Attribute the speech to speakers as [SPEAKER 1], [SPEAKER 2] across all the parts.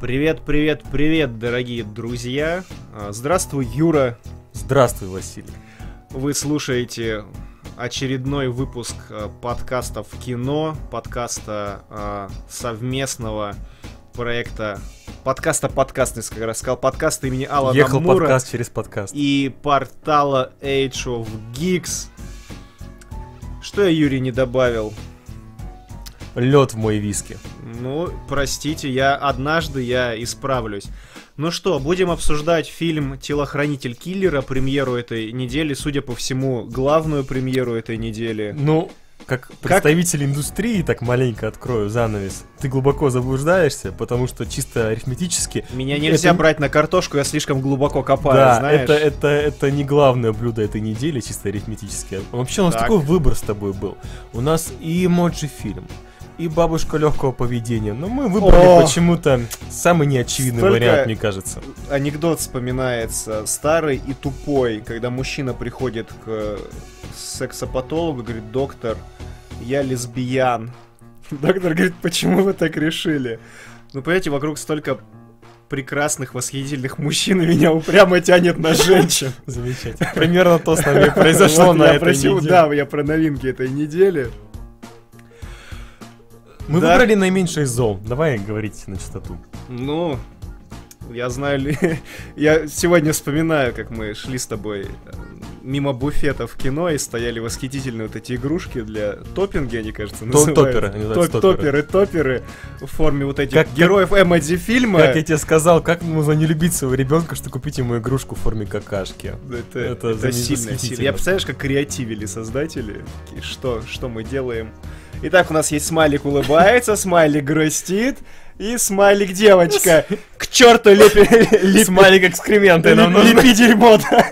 [SPEAKER 1] Привет, привет, привет, дорогие друзья. А, Здравствуй, Юра.
[SPEAKER 2] Здравствуй, Василий.
[SPEAKER 1] Вы слушаете очередной выпуск э, подкаста в кино, подкаста э, совместного проекта, подкаста подкаст, как раз сказал, подкаста имени Алана
[SPEAKER 2] Ехал
[SPEAKER 1] Мура
[SPEAKER 2] подкаст через подкаст.
[SPEAKER 1] и портала Age of Geeks. Что я, Юрий, не добавил?
[SPEAKER 2] Лед в мой виски.
[SPEAKER 1] Ну, простите, я однажды я исправлюсь. Ну что, будем обсуждать фильм «Телохранитель киллера», премьеру этой недели, судя по всему, главную премьеру этой недели.
[SPEAKER 2] Ну, как представитель индустрии, так маленько открою занавес. Ты глубоко заблуждаешься, потому что чисто арифметически...
[SPEAKER 1] Меня нельзя
[SPEAKER 2] Это-
[SPEAKER 1] брать на картошку, я слишком глубоко копаю,
[SPEAKER 2] да,
[SPEAKER 1] знаешь?
[SPEAKER 2] это, это, это не главное блюдо этой недели, чисто арифметически. Вообще, у нас
[SPEAKER 1] Так.
[SPEAKER 2] такой выбор с тобой был. У нас и эмоджи фильм, и бабушка легкого поведения. Но мы выбрали
[SPEAKER 1] О!
[SPEAKER 2] почему-то самый неочевидный
[SPEAKER 1] Столько-
[SPEAKER 2] вариант, мне кажется.
[SPEAKER 1] Анекдот вспоминается старый и тупой, когда мужчина приходит к э, сексопатологу, говорит, доктор, я лесбиян. Доктор говорит, почему вы так решили? Ну, понимаете, вокруг столько прекрасных, восхитительных мужчин, и меня упрямо тянет на женщин.
[SPEAKER 2] Замечательно. Примерно то с нами и произошло
[SPEAKER 1] Вот
[SPEAKER 2] на
[SPEAKER 1] я
[SPEAKER 2] этой
[SPEAKER 1] про сего-
[SPEAKER 2] неделе.
[SPEAKER 1] Да, я про новинки этой недели.
[SPEAKER 2] Мы
[SPEAKER 1] Да.
[SPEAKER 2] выбрали наименьший зол. Давай говорить на чистоту.
[SPEAKER 1] Ну, я знаю, ли- я сегодня вспоминаю, как мы шли с тобой э, мимо буфета в кино и стояли восхитительные вот эти игрушки для топинги, они, кажется, называются.
[SPEAKER 2] топеры, они называются
[SPEAKER 1] Топ-
[SPEAKER 2] топеры.
[SPEAKER 1] топеры, топеры в форме вот этих
[SPEAKER 2] Как-
[SPEAKER 1] героев эмодзи фильма.
[SPEAKER 2] Как я тебе сказал, как можно не любить своего ребенка, что купить ему игрушку в форме какашки.
[SPEAKER 1] Это,
[SPEAKER 2] это
[SPEAKER 1] это,
[SPEAKER 2] зам-
[SPEAKER 1] сильно,
[SPEAKER 2] восхитительно.
[SPEAKER 1] сильно. Я представляешь, как креативили создатели. Такие, Что, что мы делаем? Итак, у нас есть смайлик улыбается, смайлик грустит и смайлик девочка. К черту лепи, лепи-
[SPEAKER 2] Смайлик экскременты нам
[SPEAKER 1] лепи
[SPEAKER 2] нужно.
[SPEAKER 1] дерьмо, да.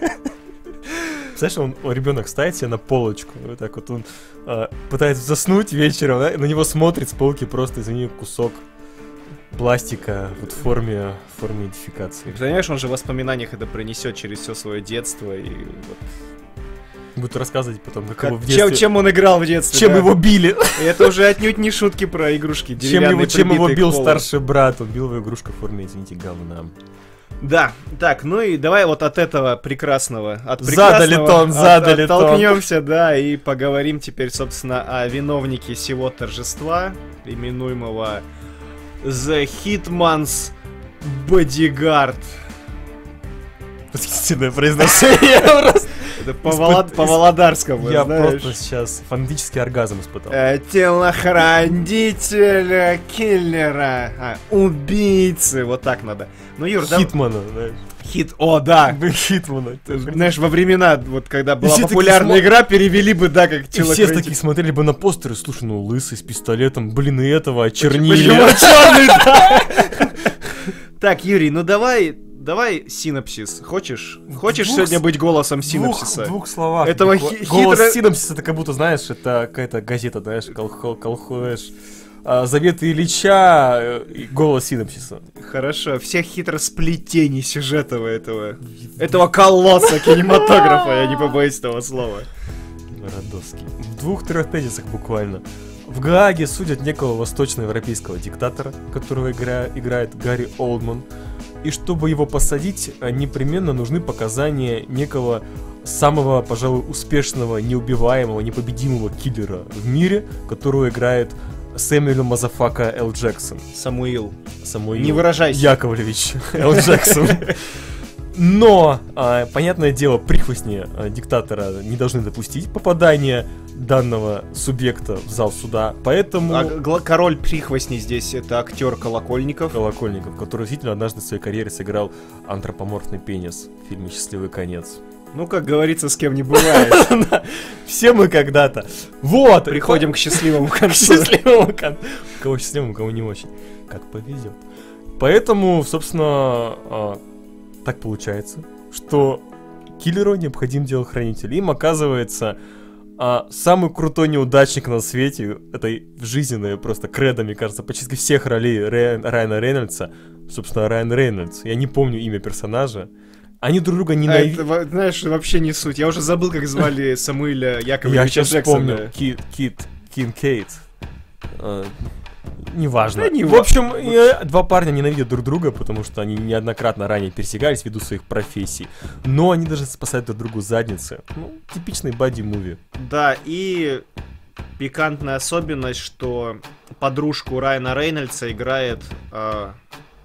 [SPEAKER 2] Знаешь, он, он ребенок ставит себе на полочку. Вот так вот он а, пытается заснуть вечером, да, и на него смотрит с полки просто, извини, кусок пластика вот в форме, в
[SPEAKER 1] И
[SPEAKER 2] форме идентификации.
[SPEAKER 1] Понимаешь, он же в воспоминаниях это пронесет через все свое детство и вот
[SPEAKER 2] Будет рассказывать потом, как,
[SPEAKER 1] как-
[SPEAKER 2] его в
[SPEAKER 1] чем,
[SPEAKER 2] детстве...
[SPEAKER 1] чем он играл в детстве.
[SPEAKER 2] чем
[SPEAKER 1] да.
[SPEAKER 2] его били.
[SPEAKER 1] И это уже отнюдь не шутки про игрушки.
[SPEAKER 2] Чем его,
[SPEAKER 1] деревянные,
[SPEAKER 2] чем его
[SPEAKER 1] прибитые
[SPEAKER 2] бил
[SPEAKER 1] к полу.
[SPEAKER 2] старший брат. Он бил его игрушкой в форме, извините, говна.
[SPEAKER 1] Да, так, ну и давай вот от этого прекрасного, от
[SPEAKER 2] Задали
[SPEAKER 1] прекрасного
[SPEAKER 2] тон, задали тон.
[SPEAKER 1] Толкнемся, да, и поговорим теперь, собственно, о виновнике всего торжества, именуемого The Hitman's Bodyguard.
[SPEAKER 2] Восхитительное произношение просто.
[SPEAKER 1] Это по, Волод-
[SPEAKER 2] Испы-
[SPEAKER 1] по Володарскому,
[SPEAKER 2] Я
[SPEAKER 1] знаешь.
[SPEAKER 2] просто сейчас фонетический оргазм испытал.
[SPEAKER 1] Э, Телохранителя киллера, а, убийцы, вот так надо. Ну, Юр, да-
[SPEAKER 2] Хитмана, знаешь.
[SPEAKER 1] Хит, о, да.
[SPEAKER 2] Бы Хитмана.
[SPEAKER 1] Ты ж- Знаешь, во времена, вот когда была
[SPEAKER 2] все такие
[SPEAKER 1] популярная
[SPEAKER 2] смо-
[SPEAKER 1] игра, перевели бы, да, как
[SPEAKER 2] И все
[SPEAKER 1] телохранитель.
[SPEAKER 2] такие смотрели бы на постеры, слушай, ну лысый с пистолетом, блин, и этого а
[SPEAKER 1] Почему
[SPEAKER 2] очернили.
[SPEAKER 1] черный, да? Так, Юрий, ну давай, давай синапсис. Хочешь? Хочешь
[SPEAKER 2] двух
[SPEAKER 1] сегодня
[SPEAKER 2] с-
[SPEAKER 1] быть голосом
[SPEAKER 2] В
[SPEAKER 1] синапсиса?
[SPEAKER 2] двух, двух словах.
[SPEAKER 1] Этого
[SPEAKER 2] Гол-
[SPEAKER 1] хи-
[SPEAKER 2] Голос
[SPEAKER 1] хитро-
[SPEAKER 2] синапсиса, это как будто, знаешь, это какая-то газета, знаешь, колхо- колхоз. а, Заветы Ильича э, и голос синапсиса.
[SPEAKER 1] Хорошо, всех хитросплетений сюжетного этого. Этого колосса кинематографа, я не побоюсь этого слова.
[SPEAKER 2] Родовский. В двух-трех тезисах буквально. В Гааге судят некого восточноевропейского диктатора, которого игра- играет Гарри Олдман. И чтобы его посадить, э, непременно нужны показания некого самого, пожалуй, успешного, неубиваемого, непобедимого киллера в мире, которого играет Сэмюэл Мазафака Л. Джексон.
[SPEAKER 1] Самуил,
[SPEAKER 2] Самуил.
[SPEAKER 1] не выражайся.
[SPEAKER 2] Яковлевич Л. Джексон. Но, а, понятное дело, прихвостни а, диктатора не должны допустить попадания данного субъекта в зал суда, поэтому...
[SPEAKER 1] А гла- король прихвостней здесь это актер Колокольников.
[SPEAKER 2] Колокольников, который действительно однажды в своей карьере сыграл антропоморфный пенис в фильме «Счастливый конец».
[SPEAKER 1] Ну, как говорится, с кем не бывает.
[SPEAKER 2] Все мы когда-то. Вот!
[SPEAKER 1] Приходим к счастливому
[SPEAKER 2] к
[SPEAKER 1] концу.
[SPEAKER 2] счастливому кон- Кого счастливому, кого не очень. Как повезет. Поэтому, собственно, а, так получается, что киллеру необходим телохранитель. Им оказывается а, самый крутой неудачник на свете, это и в жизненное просто кредо, мне кажется, почти всех ролей Рэ- Райана Рейнольдса, собственно, Райан Рейнольдс, я не помню имя персонажа, они друг друга
[SPEAKER 1] А
[SPEAKER 2] ненавидят.
[SPEAKER 1] это, во- знаешь, вообще не суть. Я уже забыл, как звали Самуэля
[SPEAKER 2] Я
[SPEAKER 1] Яковлевича
[SPEAKER 2] сейчас
[SPEAKER 1] Джексона.
[SPEAKER 2] вспомнил. Кит, Кит, Кин Кейт. Неважно.
[SPEAKER 1] А, Да не
[SPEAKER 2] в
[SPEAKER 1] ва-
[SPEAKER 2] общем, э, два парня ненавидят друг друга, потому что они неоднократно ранее пересекались ввиду своих профессий. Но они даже спасают друг другу задницы. Ну, типичный бади-муви.
[SPEAKER 1] Да, и пикантная особенность, что подружку Райана Рейнольдса играет э,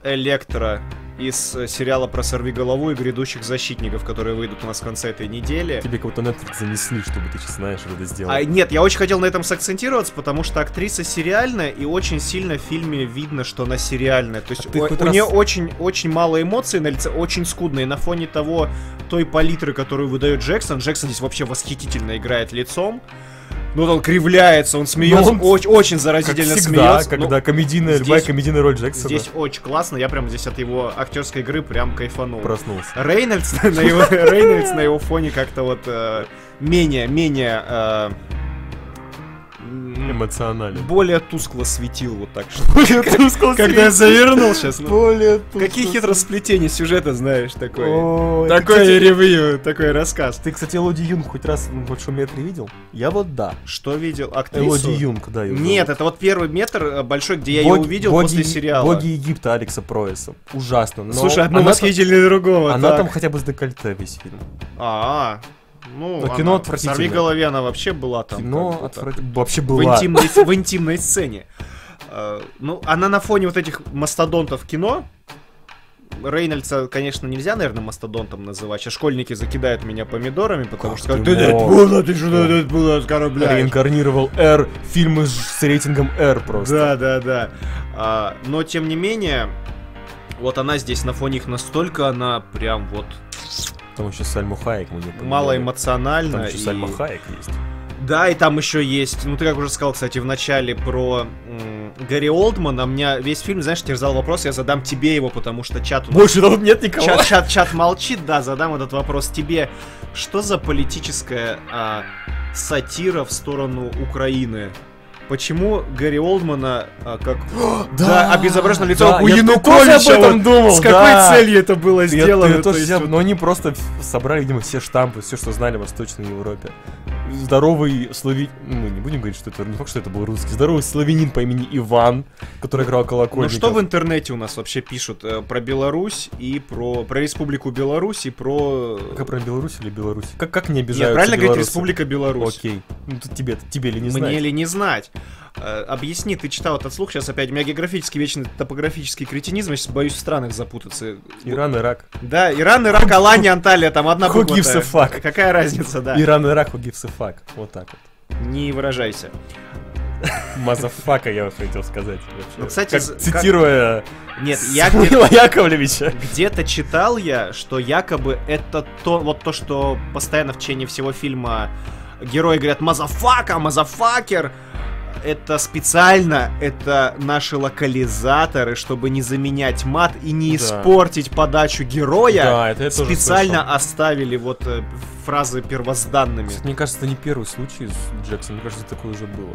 [SPEAKER 1] Электра из э, сериала про сорви голову и грядущих защитников, которые выйдут у нас в конце этой недели.
[SPEAKER 2] Тебе кого-то Netflix занесли, чтобы ты сейчас знаешь, что это сделал.
[SPEAKER 1] А, нет, я очень хотел на этом сакцентироваться, потому что актриса сериальная, и очень сильно в фильме видно, что она сериальная. То есть
[SPEAKER 2] А ты
[SPEAKER 1] у,
[SPEAKER 2] хоть
[SPEAKER 1] у
[SPEAKER 2] раз-
[SPEAKER 1] нее очень, очень мало эмоций на лице, очень скудные. На фоне того, той палитры, которую выдает Джексон, Джексон здесь вообще восхитительно играет лицом. Ну, вот он кривляется, он смеется,
[SPEAKER 2] Ну, он-
[SPEAKER 1] оч- очень,
[SPEAKER 2] как
[SPEAKER 1] заразительно
[SPEAKER 2] всегда,
[SPEAKER 1] смеется. Ну,
[SPEAKER 2] когда комедийная,
[SPEAKER 1] здесь-
[SPEAKER 2] любая комедийная роль Джексона
[SPEAKER 1] здесь очень классно, я прям здесь от его актерской игры прям кайфанул.
[SPEAKER 2] проснулся.
[SPEAKER 1] Рейнольдс на его, Рейнольдс на его фоне как-то вот э, менее, менее... э, м,
[SPEAKER 2] Эмоционально.
[SPEAKER 1] более тускло светил вот так что. Когда я завернул сейчас, ну, какие хитросплетения сюжета знаешь такое? Такое ревью, такой рассказ.
[SPEAKER 2] Ты, кстати, Элоди Юнг хоть раз в большом метре видел? Я вот да.
[SPEAKER 1] Что видел?
[SPEAKER 2] Элоди
[SPEAKER 1] Актрису?
[SPEAKER 2] Юнг, да. её
[SPEAKER 1] Нет,
[SPEAKER 2] зовут.
[SPEAKER 1] это вот первый метр э, большой, где я
[SPEAKER 2] Боги-
[SPEAKER 1] ее увидел
[SPEAKER 2] боги-
[SPEAKER 1] после сериала. Ну,
[SPEAKER 2] Боги Египта Алекса Проэса. Ужасно. но
[SPEAKER 1] Слушай, одно
[SPEAKER 2] она, та-
[SPEAKER 1] восхитительнее другого.
[SPEAKER 2] она
[SPEAKER 1] так.
[SPEAKER 2] там хотя бы с декольте весь фильм.
[SPEAKER 1] А, ну,
[SPEAKER 2] Но кино отвратительное.
[SPEAKER 1] Сорви голове она вообще была там. как
[SPEAKER 2] Кино
[SPEAKER 1] бы так.
[SPEAKER 2] отвратительно. Вообще
[SPEAKER 1] в
[SPEAKER 2] была.
[SPEAKER 1] интимной, в интимной сцене. Э, Ну, она на фоне вот этих мастодонтов кино. Рейнольдса, конечно, нельзя, наверное, мастодонтом называть. Сейчас школьники закидают меня помидорами, потому
[SPEAKER 2] Как
[SPEAKER 1] что скажут,
[SPEAKER 2] ты
[SPEAKER 1] да это
[SPEAKER 2] мог?
[SPEAKER 1] было, ты что, это было, оскорбляешь».
[SPEAKER 2] Реинкарнировал R, фильмы с- с рейтингом R просто.
[SPEAKER 1] Да, да, да. А, но, тем не менее, вот она здесь на фоне их настолько, она прям вот
[SPEAKER 2] Там еще Сальму Хайек мы не упомянули.
[SPEAKER 1] малоэмоциональна.
[SPEAKER 2] Там еще
[SPEAKER 1] и-
[SPEAKER 2] Сальма Хайек есть.
[SPEAKER 1] Да, и там еще есть, ну ты как уже сказал, кстати, в начале про м, Гарри Олдмана, меня весь фильм, знаешь, терзал вопрос, я задам тебе его, потому что чат... у нас-
[SPEAKER 2] Больше там нет никого.
[SPEAKER 1] Чат, чат, чат молчит, да, задам этот вопрос тебе. Что за политическая а, сатира в сторону Украины? Почему Гарри Олдмана а, как... Да, обезображено лицо у
[SPEAKER 2] я
[SPEAKER 1] Януковича,
[SPEAKER 2] тоже об этом
[SPEAKER 1] вот
[SPEAKER 2] думал,
[SPEAKER 1] С какой
[SPEAKER 2] да.
[SPEAKER 1] целью это было
[SPEAKER 2] Я-
[SPEAKER 1] сделано?
[SPEAKER 2] я тоже
[SPEAKER 1] То есть
[SPEAKER 2] себя-
[SPEAKER 1] вот- ну,
[SPEAKER 2] но они просто ф- собрали, видимо, все штампы, все, что знали в Восточной Европе. Здоровый слови... Ну, не будем говорить, что это... Не факт, что это был русский. Здоровый славянин по имени Иван, который играл
[SPEAKER 1] Ну
[SPEAKER 2] колокольников.
[SPEAKER 1] что в интернете у нас вообще пишут э, про Беларусь и про, про Республику Беларусь и про...
[SPEAKER 2] Как про Беларусь или Беларусь? Как, как не
[SPEAKER 1] Нет,
[SPEAKER 2] обижаются
[SPEAKER 1] правильно говорить
[SPEAKER 2] белорусы?
[SPEAKER 1] Республика Беларусь.
[SPEAKER 2] Окей. Ну, тут тебе, тебе ли не
[SPEAKER 1] Мне
[SPEAKER 2] знать?
[SPEAKER 1] ли не знать? Э, объясни, ты читал этот слух, сейчас опять, у меня географический вечный топографический кретинизм, я сейчас боюсь в странах запутаться.
[SPEAKER 2] Иран, Ирак.
[SPEAKER 1] Да, Иран, Ирак, Алания, Анталия, там одна
[SPEAKER 2] Who
[SPEAKER 1] буква.
[SPEAKER 2] gives a fuck?
[SPEAKER 1] Какая разница, да.
[SPEAKER 2] Иран, Ирак, who gives a fuck? Вот так вот.
[SPEAKER 1] Не выражайся.
[SPEAKER 2] Мазафака я хотел сказать. вообще.
[SPEAKER 1] Ну, кстати,
[SPEAKER 2] Как-
[SPEAKER 1] з- как-
[SPEAKER 2] цитируя
[SPEAKER 1] Нет, я где-
[SPEAKER 2] Мила Яковлевича.
[SPEAKER 1] где-то читал я, что якобы это то, вот то, что постоянно в течение всего фильма герои говорят «Мазафака! Мазафакер!» Это специально, это наши локализаторы, чтобы не заменять мат и не
[SPEAKER 2] Да.
[SPEAKER 1] испортить подачу героя.
[SPEAKER 2] да, это я тоже
[SPEAKER 1] специально
[SPEAKER 2] слышал.
[SPEAKER 1] оставили вот э, фразы первозданными.
[SPEAKER 2] Кстати, мне кажется, это не первый случай с Джексоном. Мне кажется, такое уже было.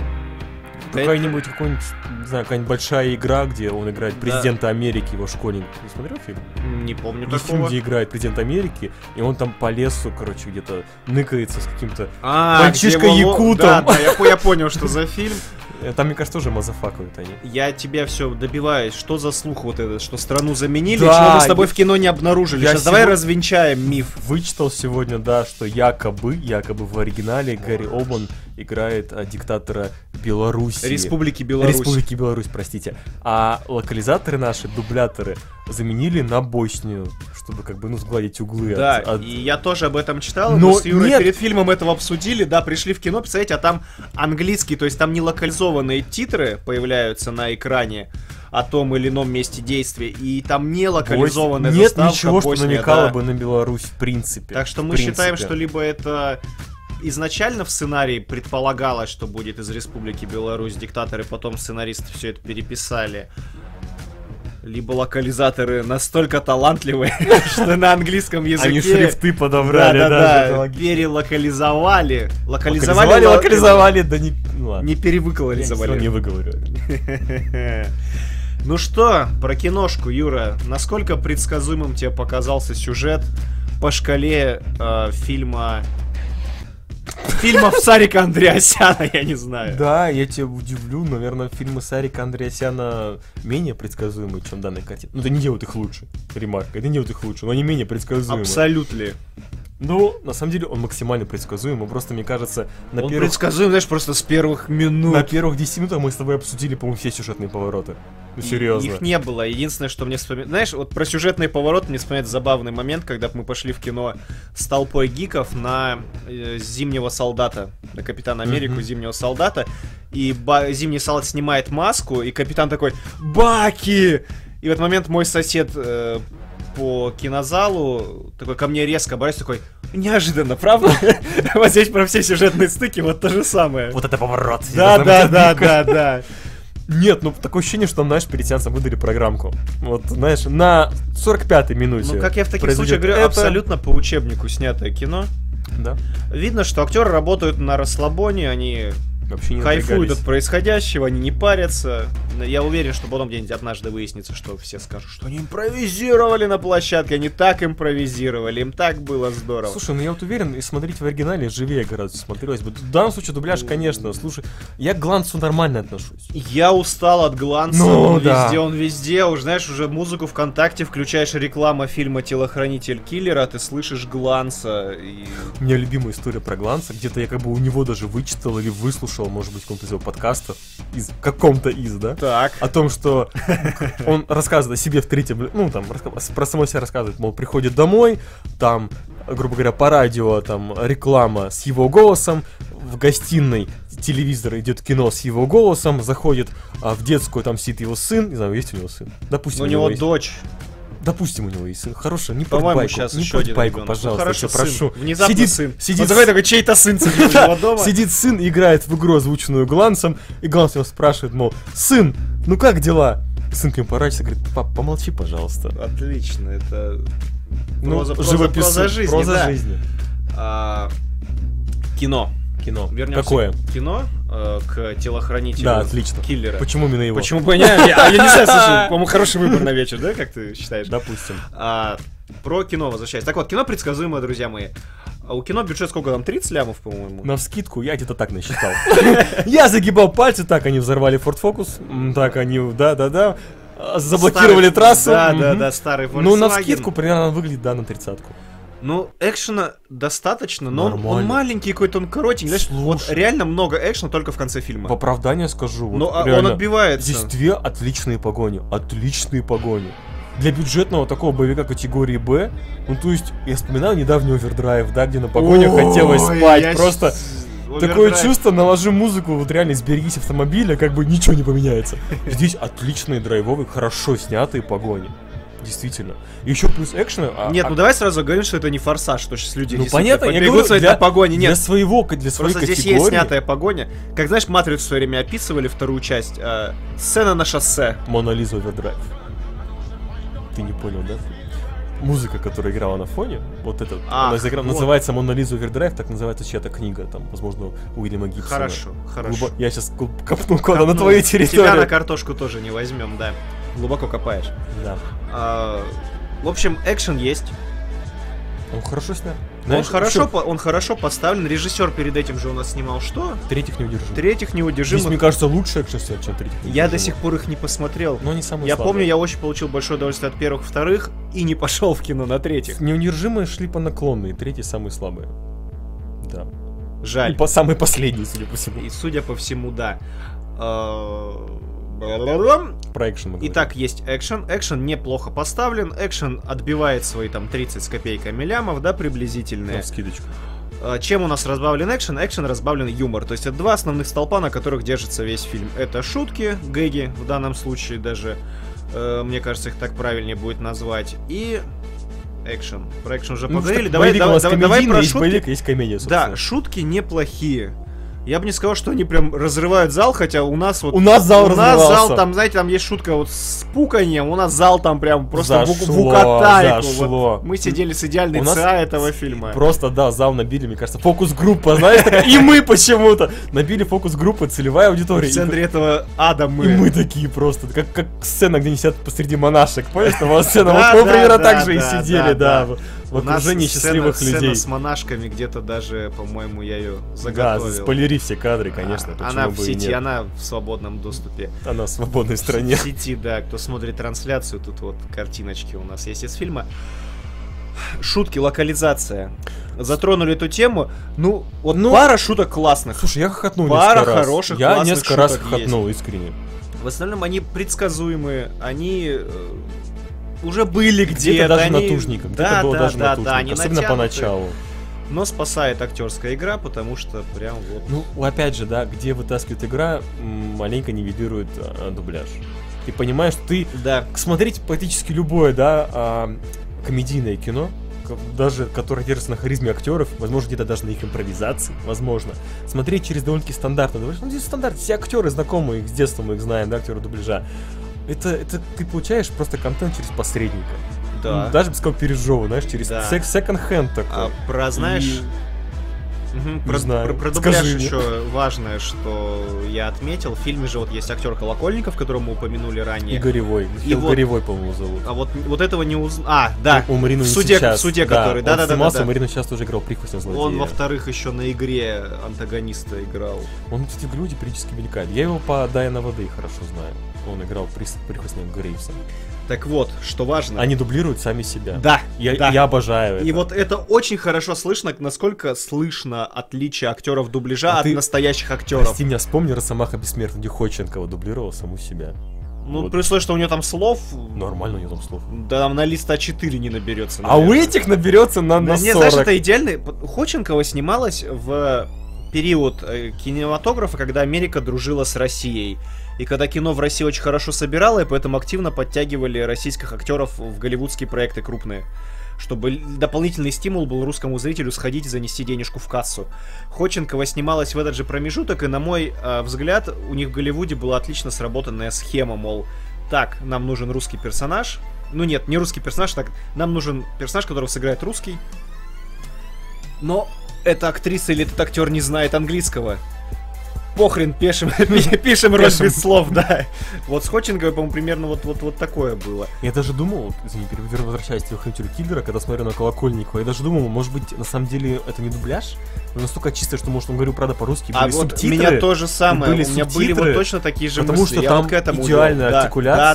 [SPEAKER 1] Да
[SPEAKER 2] Ну, Какая-нибудь, какой-нибудь, не знаю, какая-нибудь большая игра, где он играет
[SPEAKER 1] Да.
[SPEAKER 2] президента Америки, его школьник. Ты смотрел фильм?
[SPEAKER 1] Не помню
[SPEAKER 2] Есть фильм,
[SPEAKER 1] Ну, такого.
[SPEAKER 2] где играет президент Америки, и он там по лесу, короче, где-то ныкается с каким-то...
[SPEAKER 1] А,
[SPEAKER 2] Мальчишка
[SPEAKER 1] где его ло-
[SPEAKER 2] якутом.
[SPEAKER 1] Да, да, я, по- я понял, что за фильм.
[SPEAKER 2] Э, Там, мне кажется, тоже мазафакают они.
[SPEAKER 1] Я тебя все добиваюсь. Что за слух вот этот, что страну заменили,
[SPEAKER 2] Да,
[SPEAKER 1] чего мы с тобой
[SPEAKER 2] я-
[SPEAKER 1] в кино не обнаружили?
[SPEAKER 2] я
[SPEAKER 1] Сейчас давай
[SPEAKER 2] сегодня-
[SPEAKER 1] развенчаем миф.
[SPEAKER 2] Вычитал сегодня, да, что якобы, якобы в оригинале Гарри Обан играет а, диктатора Беларуси.
[SPEAKER 1] Республики Беларусь.
[SPEAKER 2] Республики Беларусь, простите. А локализаторы наши, дубляторы, заменили на Боснию, чтобы как бы, ну, сгладить углы.
[SPEAKER 1] Да,
[SPEAKER 2] от- от-
[SPEAKER 1] и я тоже об этом читал.
[SPEAKER 2] Но
[SPEAKER 1] мы с Юрой
[SPEAKER 2] а Ну, нет.
[SPEAKER 1] перед фильмом этого обсудили, да, пришли в кино, представляете, а там английский, то есть там не локализованные титры появляются на экране о том или ином месте действия, и там не локализованная
[SPEAKER 2] Бос- Нет
[SPEAKER 1] заставка
[SPEAKER 2] ничего, что
[SPEAKER 1] Босния,
[SPEAKER 2] намекало
[SPEAKER 1] да.
[SPEAKER 2] бы на Беларусь в принципе.
[SPEAKER 1] Так что
[SPEAKER 2] В
[SPEAKER 1] мы
[SPEAKER 2] принципе.
[SPEAKER 1] считаем, что либо это изначально в сценарии предполагалось, что будет из Республики Беларусь диктатор, и потом сценаристы все это переписали. Либо локализаторы настолько талантливые, что на английском языке...
[SPEAKER 2] Они шрифты подобрали, да,
[SPEAKER 1] да,
[SPEAKER 2] это
[SPEAKER 1] да,
[SPEAKER 2] логично.
[SPEAKER 1] перелокализовали. Локализовали,
[SPEAKER 2] Локализовали,
[SPEAKER 1] ло-
[SPEAKER 2] локализовали, да не... ну ладно.
[SPEAKER 1] Не
[SPEAKER 2] Я всё не
[SPEAKER 1] перевыкализовали.
[SPEAKER 2] выговорю.
[SPEAKER 1] Ну что, про киношку, Юра. Насколько предсказуемым тебе показался сюжет по шкале э, фильма фильмов Сарика Андреасяна, я не знаю.
[SPEAKER 2] Да, я тебя удивлю, наверное, фильмы Сарика Андреасяна менее предсказуемы, чем данная картина. Ну, это не делают их лучше, ремарка, это не делают их лучше, но они менее предсказуемы.
[SPEAKER 1] Абсолютно.
[SPEAKER 2] Ну, на самом деле, он максимально предсказуем, но просто, мне кажется, на,
[SPEAKER 1] Он
[SPEAKER 2] первых,
[SPEAKER 1] предсказуем, знаешь, просто с первых
[SPEAKER 2] на
[SPEAKER 1] минут.
[SPEAKER 2] первых 10 минутах мы с тобой обсудили, по-моему, все сюжетные повороты. Ну,
[SPEAKER 1] И-
[SPEAKER 2] серьезно.
[SPEAKER 1] Их не было. Единственное, что мне вспоминает... Знаешь, вот про сюжетный поворот мне вспоминает забавный момент, когда мы пошли в кино с толпой гиков на э, «Зимнего солдата», на «Капитана Америку»
[SPEAKER 2] Мгм.
[SPEAKER 1] «Зимнего солдата», и ба- «Зимний солдат» снимает маску, и капитан такой «Баки!» И в этот момент мой сосед э, по кинозалу такой ко мне резко оборачивается, такой «Неожиданно, правда?» Вот здесь про все сюжетные стыки вот то же самое.
[SPEAKER 2] Вот это поворот.
[SPEAKER 1] Да,
[SPEAKER 2] Это
[SPEAKER 1] да,
[SPEAKER 2] прям
[SPEAKER 1] да,
[SPEAKER 2] дико.
[SPEAKER 1] да, да.
[SPEAKER 2] Нет, ну такое ощущение, что, знаешь, перед сеансом выдали программку. Вот, знаешь, на 45-й минуте.
[SPEAKER 1] Ну, как я в таких
[SPEAKER 2] произойдет
[SPEAKER 1] случаях говорю,
[SPEAKER 2] это.
[SPEAKER 1] абсолютно по учебнику снятое кино.
[SPEAKER 2] Да.
[SPEAKER 1] Видно, что актеры работают на расслабоне, они
[SPEAKER 2] Вообще не
[SPEAKER 1] кайфуют
[SPEAKER 2] напрягались.
[SPEAKER 1] от происходящего, они не парятся. Но Я уверен, что потом где-нибудь однажды выяснится, что все скажут, что они импровизировали на площадке, они так импровизировали, им так было здорово.
[SPEAKER 2] Слушай, ну я вот уверен, и смотреть в оригинале живее гораздо смотрелось бы. В данном случае дубляж,
[SPEAKER 1] Ну,
[SPEAKER 2] конечно, слушай, я к глянцу нормально отношусь.
[SPEAKER 1] я устал от гланца,
[SPEAKER 2] Ну,
[SPEAKER 1] он
[SPEAKER 2] да.
[SPEAKER 1] везде, он везде, уже знаешь, уже музыку ВКонтакте включаешь реклама фильма «Телохранитель киллера», а ты слышишь гланца, и
[SPEAKER 2] У меня любимая история про Гланца, где-то я как бы у него даже вычитал или выслушал, может быть, в каком-то из его подкастов, из в каком-то из, да?
[SPEAKER 1] так.
[SPEAKER 2] О том, что он рассказывает о себе в третьем, ли- ну, там, раска- про самого себя рассказывает, мол, приходит домой, там, грубо говоря, по радио, там, реклама с его голосом, в гостиной телевизор идет кино с его голосом, заходит а, в детскую, там сидит его сын, не знаю, есть у него сын, допустим,
[SPEAKER 1] Ну, у него
[SPEAKER 2] есть-
[SPEAKER 1] дочь.
[SPEAKER 2] Допустим, у него есть сын. Хороший, не
[SPEAKER 1] По-моему,
[SPEAKER 2] портбайку,
[SPEAKER 1] сейчас
[SPEAKER 2] не
[SPEAKER 1] еще один
[SPEAKER 2] портбайку,
[SPEAKER 1] ребенок. Ну,
[SPEAKER 2] пожалуйста,
[SPEAKER 1] хорошо,
[SPEAKER 2] я тебя прошу.
[SPEAKER 1] сын. Внезапно
[SPEAKER 2] сидит,
[SPEAKER 1] сын.
[SPEAKER 2] Сидит,
[SPEAKER 1] Он такой, такой, чей-то сын сидит у него дома.
[SPEAKER 2] сидит сын, и играет в игру, озвученную Гланцем, и Гланс его спрашивает, мол, сын, ну как дела? Сын к нему поворачивается, и говорит, пап, помолчи, пожалуйста.
[SPEAKER 1] Отлично, это...
[SPEAKER 2] Ну,
[SPEAKER 1] Проза- проза-
[SPEAKER 2] живописы-
[SPEAKER 1] проза жизни,
[SPEAKER 2] проза
[SPEAKER 1] да.
[SPEAKER 2] жизни.
[SPEAKER 1] а, кино.
[SPEAKER 2] Кино.
[SPEAKER 1] Вернемся
[SPEAKER 2] Какое?
[SPEAKER 1] к кино, э, к телохранителю
[SPEAKER 2] Да, отлично.
[SPEAKER 1] киллера.
[SPEAKER 2] Почему именно его?
[SPEAKER 1] Почему бы не? Я, а я не знаю, слушай, по-моему, хороший выбор на вечер, да, как ты считаешь?
[SPEAKER 2] Допустим.
[SPEAKER 1] А, про кино возвращаясь. Так вот, кино предсказуемое, друзья мои. А у кино бюджет сколько там? 30 лямов, по-моему?
[SPEAKER 2] На вскидку я где-то так насчитал. Я загибал пальцы, так они взорвали Ford Focus, м, так они, да-да-да, а, заблокировали
[SPEAKER 1] Старый-
[SPEAKER 2] трассу.
[SPEAKER 1] Да,
[SPEAKER 2] мгм.
[SPEAKER 1] да, да, старый
[SPEAKER 2] Ну, на
[SPEAKER 1] Volkswagen.
[SPEAKER 2] вскидку примерно он выглядит, да, на тридцатку.
[SPEAKER 1] Ну, экшена достаточно, но он- он,
[SPEAKER 2] Нормально.
[SPEAKER 1] маленький какой-то, он коротенький. Знаешь, вот
[SPEAKER 2] Слушай.
[SPEAKER 1] реально много экшена только в конце фильма.
[SPEAKER 2] В оправдание скажу. вот
[SPEAKER 1] Ну, а он
[SPEAKER 2] реально,
[SPEAKER 1] отбивается.
[SPEAKER 2] Здесь две отличные погони. Отличные погони. Для бюджетного такого боевика категории Б, ну то есть, я вспоминал недавний овердрайв, да, где на погоню
[SPEAKER 1] Ой,
[SPEAKER 2] хотелось
[SPEAKER 1] я
[SPEAKER 2] спать. Просто
[SPEAKER 1] с-
[SPEAKER 2] такое
[SPEAKER 1] овердрайв.
[SPEAKER 2] чувство, наложи музыку, вот реально сберегись автомобиля, как бы ничего не поменяется. Здесь отличные драйвовые, хорошо снятые погони. Действительно. Еще плюс экшена. а-
[SPEAKER 1] Нет,
[SPEAKER 2] а-
[SPEAKER 1] ну давай сразу говорим, что это не форсаж, то сейчас люди
[SPEAKER 2] ну
[SPEAKER 1] действительно
[SPEAKER 2] понятно, я говорю,
[SPEAKER 1] побегут с этой
[SPEAKER 2] для,
[SPEAKER 1] погони. Нет,
[SPEAKER 2] для своего, к- для своей
[SPEAKER 1] просто здесь
[SPEAKER 2] категории.
[SPEAKER 1] есть снятая погоня. Как знаешь, Матрицу в свое время описывали вторую часть. э, сцена на шоссе.
[SPEAKER 2] Монолиза Овердрайв. Ты не понял, да? Музыка, которая играла на фоне, вот эта, она
[SPEAKER 1] Ах,
[SPEAKER 2] заигра-
[SPEAKER 1] вот.
[SPEAKER 2] называется «Монолиза Овердрайв», так называется чья-то книга, там, возможно, Уильяма Гибсона.
[SPEAKER 1] Хорошо,
[SPEAKER 2] Глубо-
[SPEAKER 1] хорошо.
[SPEAKER 2] Я сейчас копнул кода на
[SPEAKER 1] Ну,
[SPEAKER 2] твоей
[SPEAKER 1] Тебя на
[SPEAKER 2] территории.
[SPEAKER 1] картошку тоже не возьмем, да. Глубоко копаешь.
[SPEAKER 2] Да.
[SPEAKER 1] А, в общем, экшен есть.
[SPEAKER 2] Он хорошо снял.
[SPEAKER 1] Ну, он, хорошо, по- он хорошо поставлен. Режиссер перед этим же у нас снимал что?
[SPEAKER 2] Третьих не удержим.
[SPEAKER 1] Третьих
[SPEAKER 2] Здесь, мне
[SPEAKER 1] неудержимых.
[SPEAKER 2] кажется, лучше экшен снят, чем третьих
[SPEAKER 1] Я
[SPEAKER 2] неудержимых».
[SPEAKER 1] до сих пор их не посмотрел.
[SPEAKER 2] Но они самые
[SPEAKER 1] Я
[SPEAKER 2] слабые.
[SPEAKER 1] помню, я очень получил большое удовольствие от первых, вторых и не пошел в кино на третьих.
[SPEAKER 2] Неудержимые шли по наклонной, третьи самые слабые. Да. И
[SPEAKER 1] Жаль.
[SPEAKER 2] по самый последний, судя по всему.
[SPEAKER 1] И судя по всему, да. Э, бла-бла-бла.
[SPEAKER 2] Про экшен мы говорим.
[SPEAKER 1] Итак, есть экшен. Экшен неплохо поставлен. Экшен отбивает свои там 30 с копейками лямов, да,
[SPEAKER 2] На Ну,
[SPEAKER 1] приблизительные.
[SPEAKER 2] вскидочку.
[SPEAKER 1] Э, Чем у нас разбавлен экшен? Экшен разбавлен юмор. То есть это два основных столпа, на которых держится весь фильм. Это шутки, гэги в данном случае даже. э, Мне кажется, их так правильнее будет назвать. И экшен. Про экшен уже
[SPEAKER 2] Ну,
[SPEAKER 1] поговорили.
[SPEAKER 2] что,
[SPEAKER 1] давай,
[SPEAKER 2] боевик у
[SPEAKER 1] давай,
[SPEAKER 2] нас
[SPEAKER 1] давай, давай
[SPEAKER 2] комедийный,
[SPEAKER 1] про
[SPEAKER 2] есть
[SPEAKER 1] шутки.
[SPEAKER 2] боевик, есть комедия, собственно.
[SPEAKER 1] Да, шутки неплохие. Я бы не сказал, что они прям разрывают зал, хотя у нас вот...
[SPEAKER 2] У нас зал
[SPEAKER 1] у нас зал
[SPEAKER 2] разрывался.
[SPEAKER 1] там, знаете, там есть шутка вот с пуканием, у нас зал там прям просто
[SPEAKER 2] Зашло,
[SPEAKER 1] в укатайку. вот.
[SPEAKER 2] зашло.
[SPEAKER 1] Мы сидели с идеальной
[SPEAKER 2] У нас
[SPEAKER 1] ЦА этого фильма.
[SPEAKER 2] Просто, да, зал набили, мне кажется, фокус-группа, знаешь, такая, и мы почему-то набили фокус-группы, целевая
[SPEAKER 1] В
[SPEAKER 2] аудитория. И
[SPEAKER 1] центре этого ада мы.
[SPEAKER 2] И мы такие просто, как, как сцена, где они сидят посреди монашек, понимаешь, там вот сцена,
[SPEAKER 1] Да,
[SPEAKER 2] вот мы
[SPEAKER 1] да,
[SPEAKER 2] примерно
[SPEAKER 1] да,
[SPEAKER 2] так же и
[SPEAKER 1] да, да,
[SPEAKER 2] сидели, да, в- в
[SPEAKER 1] У нас
[SPEAKER 2] окружении
[SPEAKER 1] сцена-
[SPEAKER 2] счастливых
[SPEAKER 1] сцена
[SPEAKER 2] людей.
[SPEAKER 1] с монашками где-то даже, по-моему, я ее
[SPEAKER 2] Да,
[SPEAKER 1] заготовил.
[SPEAKER 2] спойлери все кадры, конечно,
[SPEAKER 1] А, Она
[SPEAKER 2] почему
[SPEAKER 1] в
[SPEAKER 2] бы и
[SPEAKER 1] сети,
[SPEAKER 2] нет.
[SPEAKER 1] она в свободном доступе.
[SPEAKER 2] Она в свободной стране.
[SPEAKER 1] В сети, да. Кто смотрит трансляцию, тут вот картиночки у нас есть из фильма. Шутки, локализация. Затронули эту тему. Ну, вот
[SPEAKER 2] Ну,
[SPEAKER 1] пара шуток классных.
[SPEAKER 2] Слушай, я хохотнул
[SPEAKER 1] Пара
[SPEAKER 2] несколько раз.
[SPEAKER 1] хороших,
[SPEAKER 2] Я
[SPEAKER 1] классных
[SPEAKER 2] несколько раз
[SPEAKER 1] шуток
[SPEAKER 2] хохотнул, искренне.
[SPEAKER 1] В основном они предсказуемые, они э, уже были где-то.
[SPEAKER 2] Где-то даже
[SPEAKER 1] они-
[SPEAKER 2] натужником,
[SPEAKER 1] Да,
[SPEAKER 2] где-то было
[SPEAKER 1] да,
[SPEAKER 2] даже
[SPEAKER 1] да, да,
[SPEAKER 2] натужником,
[SPEAKER 1] они
[SPEAKER 2] особенно
[SPEAKER 1] натянуты.
[SPEAKER 2] поначалу.
[SPEAKER 1] Но спасает актерская игра, потому что прям вот.
[SPEAKER 2] Ну, опять же, да, где вытаскивает игра, м, маленько нивелирует а, дубляж. Ты понимаешь, ты
[SPEAKER 1] Да.
[SPEAKER 2] смотреть практически любое, да, а, комедийное кино, ко- даже которое держится на харизме актеров, возможно, где-то даже на их импровизации, возможно. Смотреть через довольно-таки стандартно. Ну, здесь стандарт, все актеры знакомые, их с детства мы их знаем, да, актеры дубляжа. Это, это ты получаешь просто контент через посредника.
[SPEAKER 1] Да.
[SPEAKER 2] Ну, Даже без какого пережёва, знаешь, через
[SPEAKER 1] Да.
[SPEAKER 2] сек секонд-хенд такой.
[SPEAKER 1] А про, знаешь, мгм, про,
[SPEAKER 2] знаю.
[SPEAKER 1] про- про
[SPEAKER 2] Скажи
[SPEAKER 1] дубляж
[SPEAKER 2] мне.
[SPEAKER 1] еще важное, что я отметил. В фильме же вот есть актер Колокольников, которого мы упомянули ранее.
[SPEAKER 2] Игоревой.
[SPEAKER 1] И
[SPEAKER 2] Михаил
[SPEAKER 1] вот-
[SPEAKER 2] Игоревой, по-моему, зовут.
[SPEAKER 1] А вот, вот этого не узнал. А, да.
[SPEAKER 2] У Марины
[SPEAKER 1] в суде-
[SPEAKER 2] сейчас.
[SPEAKER 1] в суде который,
[SPEAKER 2] он
[SPEAKER 1] да-да-да-да-да.
[SPEAKER 2] снимался, у Марины сейчас тоже играл прихвостня злодея.
[SPEAKER 1] Он, во-вторых, еще на игре антагониста играл.
[SPEAKER 2] Он, кстати, в люди периодически мелькает. Я его по Дайна воды хорошо знаю. Он играл прис- прихвостня Грейвса.
[SPEAKER 1] Так вот, что важно.
[SPEAKER 2] Они дублируют сами себя.
[SPEAKER 1] Да,
[SPEAKER 2] Я,
[SPEAKER 1] да.
[SPEAKER 2] я обожаю это.
[SPEAKER 1] И вот это очень хорошо слышно, насколько слышно отличие актеров дубляжа
[SPEAKER 2] А
[SPEAKER 1] от
[SPEAKER 2] ты-
[SPEAKER 1] настоящих актеров.
[SPEAKER 2] Прости меня, вспомни Росомаха Бессмертный Дюхоченкова дублировал саму себя.
[SPEAKER 1] Ну,
[SPEAKER 2] вот.
[SPEAKER 1] при условии, что у него там слов...
[SPEAKER 2] Нормально у него там слов.
[SPEAKER 1] Да там на лист А4 не наберется.
[SPEAKER 2] А у
[SPEAKER 1] наверное.
[SPEAKER 2] этих наберется на, на
[SPEAKER 1] Да не,
[SPEAKER 2] 40.
[SPEAKER 1] знаешь, это идеально. П- Ходченкова снималась в период э, кинематографа, когда Америка дружила с Россией. И когда кино в России очень хорошо собирало, и поэтому активно подтягивали российских актеров в голливудские проекты крупные. Чтобы л- дополнительный стимул был русскому зрителю сходить и занести денежку в кассу. Ходченкова снималась в этот же промежуток, и на мой э, взгляд, у них в Голливуде была отлично сработанная схема, мол, так, нам нужен русский персонаж. Ну нет, не русский персонаж, так, нам нужен персонаж, которого сыграет русский. Но эта актриса или этот актер не знает английского. Похрен, пишем, пишем роль
[SPEAKER 2] Пишем.
[SPEAKER 1] без слов, да. Вот с Ходченковой, по-моему, примерно вот, вот, вот такое было.
[SPEAKER 2] Я даже думал, вот, извини, пере- вер- возвращаясь к телохранителю киллера, когда смотрю на Колокольникова, я даже думал, может быть, на самом деле это не дубляж? Но настолько чисто, что, может, он говорил, правда, по-русски,
[SPEAKER 1] А
[SPEAKER 2] были
[SPEAKER 1] вот
[SPEAKER 2] субтитры.
[SPEAKER 1] у меня то же самое.
[SPEAKER 2] Были
[SPEAKER 1] у меня были вот
[SPEAKER 2] субтитры,
[SPEAKER 1] точно такие же
[SPEAKER 2] потому
[SPEAKER 1] мысли.
[SPEAKER 2] что
[SPEAKER 1] Я
[SPEAKER 2] там
[SPEAKER 1] вот к этому вел.
[SPEAKER 2] идеальная
[SPEAKER 1] Да.
[SPEAKER 2] артикуляция